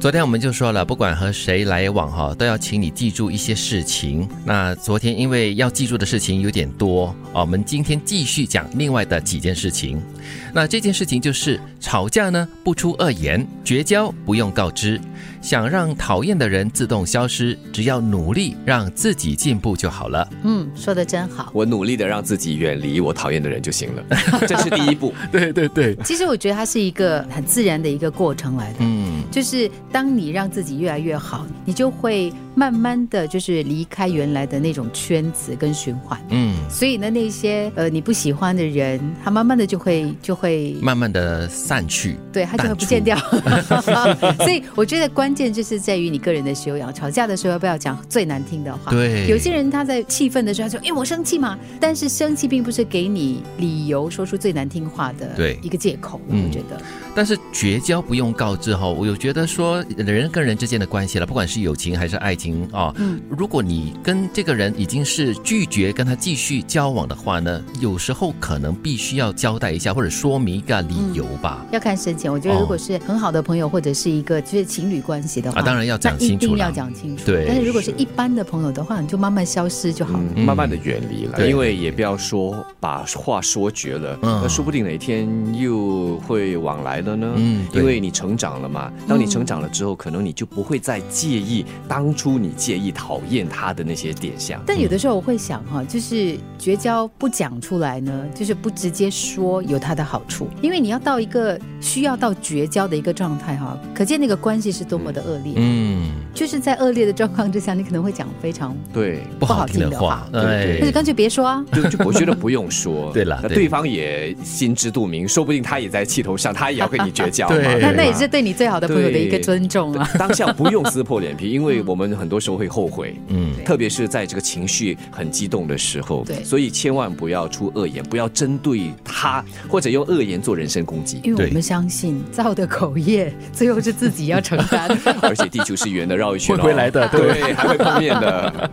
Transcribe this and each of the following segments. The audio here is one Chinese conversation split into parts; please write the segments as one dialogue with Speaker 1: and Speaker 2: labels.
Speaker 1: 昨天我们就说了，不管和谁来往哈，都要请你记住一些事情。那昨天因为要记住的事情有点多，哦我们今天继续讲另外的几件事情。那这件事情就是吵架呢不出恶言，绝交不用告知，想让讨厌的人自动消失，只要努力让自己进步就好了。
Speaker 2: 嗯，说的真好。
Speaker 3: 我努力的让自己远离我讨厌的人 就行了，这是第一步。
Speaker 1: 对对对，
Speaker 2: 其实我觉得它是一个很自然的一个过程来的，
Speaker 1: 嗯，
Speaker 2: 就是当你让自己越来越好，你就会慢慢的就是离开原来的那种圈子跟循环。
Speaker 1: 嗯，
Speaker 2: 所以呢，那些呃你不喜欢的人，他慢慢的就会就会
Speaker 1: 慢慢的散去。
Speaker 2: 对，它就会
Speaker 1: 淡
Speaker 2: 不见
Speaker 1: 出
Speaker 2: 掉。 所以我觉得关键就是在于你个人的修养。吵架的时候要不要讲最难听的话？
Speaker 1: 对
Speaker 2: 有些人他在气愤的时候，他说：“哎，我生气嘛。”但是生气并不是给你理由说出最难听话的
Speaker 1: 对
Speaker 2: 一个借口。
Speaker 1: 嗯
Speaker 2: 我觉得，
Speaker 1: 但是绝交不用告知哈，我有觉得说人跟人之间的关系了，不管是友情还是爱情啊、
Speaker 2: 嗯
Speaker 1: 如果你跟这个人已经是拒绝跟他继续交往的话呢，有时候可能必须要交代一下或者说明一个理由吧。
Speaker 2: 要看深浅。我觉得
Speaker 1: 哦
Speaker 2: 如果是很好的朋友或者是一个就是情侣关系的话，
Speaker 1: 啊当然要讲
Speaker 2: 那一
Speaker 1: 清楚
Speaker 2: 定
Speaker 1: 啦
Speaker 2: 要讲清楚。
Speaker 1: 对
Speaker 2: 但是如果是一般的朋友的话，你就慢慢消失就好了。
Speaker 3: 嗯，慢慢的远离了，
Speaker 1: 对
Speaker 3: 因为也不要说把话说绝了，
Speaker 1: 嗯
Speaker 3: 那说不定哪天又会往来了呢。
Speaker 1: 嗯对嗯
Speaker 3: 因为你成长了嘛，当你成长了之后，可能你就不会再介意当初你介意讨厌他的那些点项。
Speaker 2: 但有
Speaker 1: 嗯
Speaker 2: 的时候我会想哈，就是绝交不讲出来呢，就是不直接说有它的好处，因为你要到一个需要到绝交的一个状态哈，可见那个关系是多么的恶劣。
Speaker 1: 嗯，
Speaker 2: 就是在恶劣的状况之下，你可能会讲非常，
Speaker 3: 对，
Speaker 1: 不好
Speaker 2: 好
Speaker 1: 听的
Speaker 2: 听的
Speaker 1: 话，哎
Speaker 2: 话
Speaker 3: 对
Speaker 2: 那就干脆别说啊。
Speaker 3: 就就我觉得不用说，
Speaker 1: 对啦
Speaker 3: 那
Speaker 1: 对
Speaker 3: 对方也心知肚明，说不定他也在气头上，他也要跟你绝交嘛，
Speaker 1: 对啊
Speaker 3: 对
Speaker 2: 那
Speaker 3: 吧
Speaker 2: 那也是对你最好的朋友的一个尊重啊。
Speaker 3: 当下不用撕破脸皮，因为我们很多时候会后悔，
Speaker 1: 嗯，
Speaker 3: 特别是在这个情绪很激动的时候，
Speaker 2: 对
Speaker 3: 所以千万不要出恶言，不要针对他，或者用恶言做人身 攻击。
Speaker 2: 因为我
Speaker 1: 对
Speaker 2: 们相信造的口业，最后是自己要承担。
Speaker 3: 而且地球是圆的，绕一圈、哦、
Speaker 1: 会回来的对
Speaker 3: 对，还会碰面 的。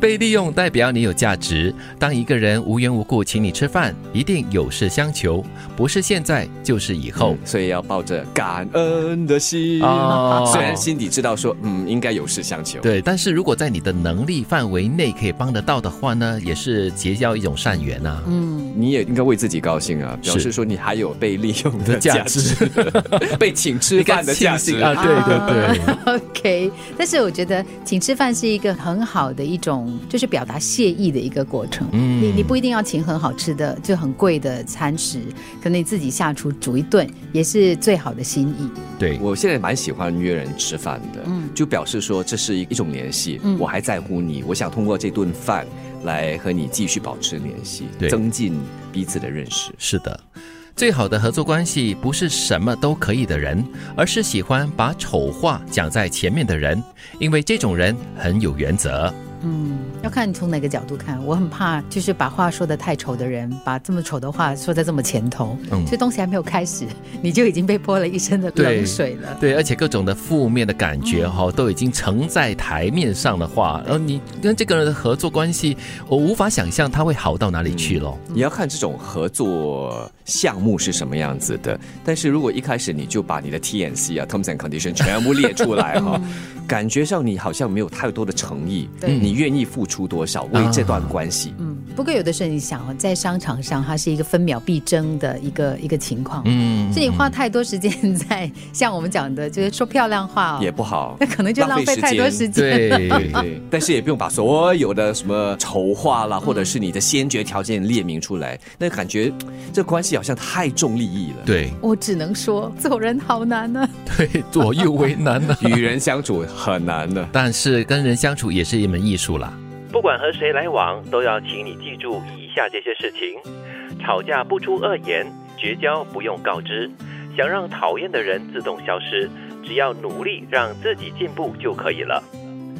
Speaker 1: 被利用代表你有价值。当一个人无缘无故请你吃饭，一定有事相求，不是现在就是以后。
Speaker 3: 所以要抱着感恩的心，
Speaker 1: 哦
Speaker 3: 虽然心底知道说，嗯，应该有事相求。
Speaker 1: 对，但是如果在你的能力范围内可以帮得到的话呢，也是结交一种善缘啊呐、
Speaker 2: 嗯，
Speaker 3: 你也应该为自己高兴啊，表
Speaker 1: 是
Speaker 3: 示说你还有被利用的
Speaker 1: 的价
Speaker 3: 价值， 被请吃饭的价值
Speaker 1: 你该庆幸啊对对
Speaker 2: 对、OK，但是我觉得请吃饭是一个很好的一种，就是表达谢意的一个过程。
Speaker 1: 嗯
Speaker 2: 你你不一定要请很好吃的，就很贵的餐食，可能你自己下厨煮一顿也是最好的心意。
Speaker 1: 对，
Speaker 3: 我现在蛮喜欢约人吃饭的，
Speaker 2: 嗯
Speaker 3: 就表示说这是一种联系，
Speaker 2: 嗯
Speaker 3: 我还在乎你，我想通过这顿饭来和你继续保持联系，
Speaker 1: 对
Speaker 3: 增进彼此的认识。
Speaker 2: 嗯
Speaker 1: 是的。最好的合作关系不是什么都可以的人，而是喜欢把丑话讲在前面的人，因为这种人很有原则。
Speaker 2: 嗯，要看你从哪个角度看。我很怕就是把话说的太丑的人，把这么丑的话说在这么前头，
Speaker 1: 嗯
Speaker 2: 这东西还没有开始，你就已经被泼了一身的冷
Speaker 1: 对
Speaker 2: 水了。
Speaker 1: 对，而且各种的负面的感觉哈、都已经呈在台面上的话，然后你跟这个人的合作关系，我无法想象他会好到哪里去咯。
Speaker 3: 你要看这种合作项目是什么样子的，但是如果一开始你就把你的 TNC 啊 Terms and Condition 全部列出 来哈、感觉上你好像没有太多的诚意，
Speaker 2: 嗯对
Speaker 3: 你愿意付出多少为这段关系？
Speaker 2: 嗯，不过有的时候你想哦，在商场上它是一个分秒必争的一个一个情况，
Speaker 1: 嗯，
Speaker 2: 所以你花太多时间在像我们讲的，就是说漂亮话、哦，
Speaker 3: 也 不好，
Speaker 2: 那可能就浪费太多时间。
Speaker 1: 对
Speaker 3: 对，啊但是也不用把所有的什么丑话啦，或者是你的先决条件列明出来，那感觉这关系好像太重利益了。，
Speaker 1: 对
Speaker 2: 我只能说，做人好难啊呢、
Speaker 1: 对，左右为难呢、
Speaker 3: 与人相处很难的。
Speaker 1: 但是跟人相处也是一门艺术啦。
Speaker 4: 不管和谁来往，都要请你记住以下这些事情：吵架不出恶言，绝交不用告知，想让讨厌的人自动消失，只要努力让自己进步就可以了。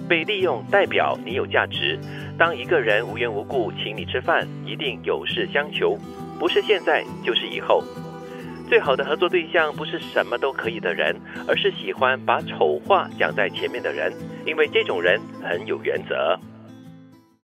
Speaker 4: 被利用代表你有价值。当一个人无缘无故请你吃饭，一定有事相求，不是现在就是以后。最好的合作对象不是什么都可以的人，而是喜欢把丑话讲在前面的人，因为这种人很有原则。